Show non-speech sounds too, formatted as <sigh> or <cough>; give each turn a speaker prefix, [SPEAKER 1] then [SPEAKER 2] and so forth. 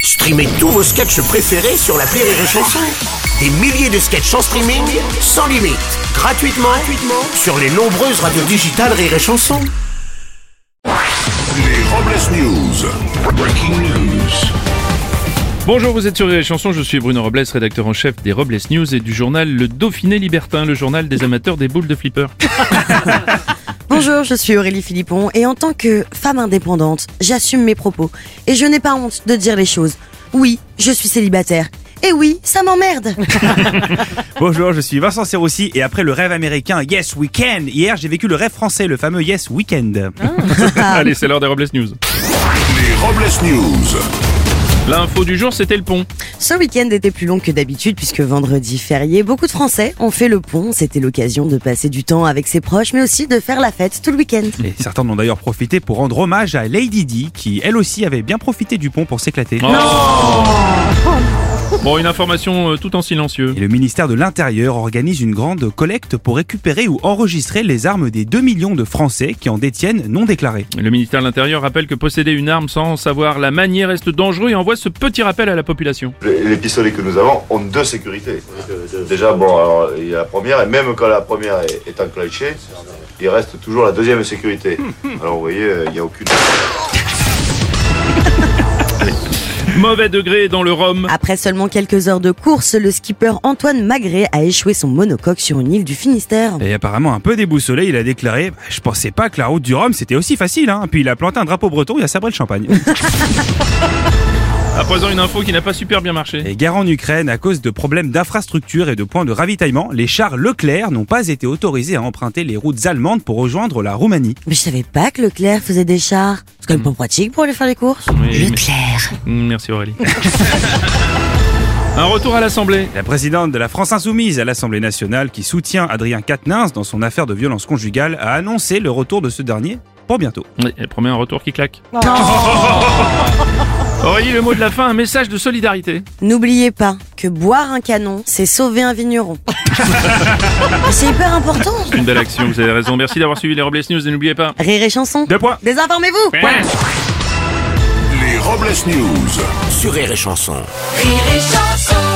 [SPEAKER 1] Streamez tous vos sketchs préférés sur la Rire et Chanson. Des milliers de sketchs en streaming, sans limite, gratuitement, gratuitement sur les nombreuses radios digitales Rire et Chanson.
[SPEAKER 2] Les Robles News. Breaking news.
[SPEAKER 3] Bonjour, vous êtes sur les chansons, je suis Bruno Robles, rédacteur en chef des Robles News et du journal Le Dauphiné Libertin, le journal des amateurs des boules de flipper.
[SPEAKER 4] Bonjour, je suis Aurélie Philippon et en tant que femme indépendante, j'assume mes propos et je n'ai pas honte de dire les choses. Oui, je suis célibataire. Et oui, ça m'emmerde.
[SPEAKER 5] Bonjour, je suis Vincent Serroussi et après le rêve américain Yes Weekend, hier j'ai vécu le rêve français, le fameux Yes Weekend.
[SPEAKER 3] Allez, c'est l'heure des Robles News.
[SPEAKER 2] Les Robles News.
[SPEAKER 3] L'info du jour, c'était le pont.
[SPEAKER 4] Ce week-end était plus long que d'habitude puisque vendredi férié, beaucoup de Français ont fait le pont. C'était l'occasion de passer du temps avec ses proches mais aussi de faire la fête tout le week-end.
[SPEAKER 5] Et certains en ont d'ailleurs profité pour rendre hommage à Lady Di qui elle aussi avait bien profité du pont pour s'éclater.
[SPEAKER 3] Oh. Bon, une information euh, tout en silencieux.
[SPEAKER 5] Et le ministère de l'Intérieur organise une grande collecte pour récupérer ou enregistrer les armes des 2 millions de Français qui en détiennent non déclarées.
[SPEAKER 3] Le ministère de l'Intérieur rappelle que posséder une arme sans en savoir la manière reste dangereux et envoie ce petit rappel à la population.
[SPEAKER 6] Les les pistolets que nous avons ont deux sécurités. Déjà, bon, alors, il y a la première, et même quand la première est, est enclenchée, il reste toujours la deuxième sécurité. Alors, vous voyez, euh, il n'y a aucune.
[SPEAKER 3] Mauvais degré dans le Rhum.
[SPEAKER 4] Après seulement quelques heures de course, le skipper Antoine Magré a échoué son monocoque sur une île du Finistère.
[SPEAKER 5] Et apparemment un peu déboussolé, il a déclaré « Je pensais pas que la route du Rhum c'était aussi facile hein. ». Puis il a planté un drapeau breton et a sabré le champagne.
[SPEAKER 3] À présent, une info qui n'a pas super bien marché.
[SPEAKER 5] Et guerre en Ukraine, à cause de problèmes d'infrastructure et de points de ravitaillement, les chars Leclerc n'ont pas été autorisés à emprunter les routes allemandes pour rejoindre la Roumanie.
[SPEAKER 4] Mais je savais pas que Leclerc faisait des chars. C'est quand même pas pratique pour aller faire les courses.
[SPEAKER 3] Oui,
[SPEAKER 4] Leclerc.
[SPEAKER 3] mais- Mm, Merci Aurélie. Un retour à l'Assemblée.
[SPEAKER 5] La présidente de la France Insoumise à l'Assemblée nationale, qui soutient Adrien Quatennens dans son affaire de violence conjugale, a annoncé le retour de ce dernier pour bientôt.
[SPEAKER 3] Oui, Elle promet un retour qui claque. <laughs> Aurélie, le mot de la fin, un message de solidarité.
[SPEAKER 4] N'oubliez pas que boire un canon, c'est sauver un
[SPEAKER 5] <laughs>
[SPEAKER 4] vigneron. Mais c'est hyper important.
[SPEAKER 3] Une belle action, vous avez raison. Merci d'avoir suivi les Robles News et n'oubliez pas.
[SPEAKER 4] Rire et chanson.
[SPEAKER 5] Deux points
[SPEAKER 4] Désinformez-vous.
[SPEAKER 2] Les Robles News.
[SPEAKER 1] Sur Rire et Chanson.
[SPEAKER 7] Rire et chanson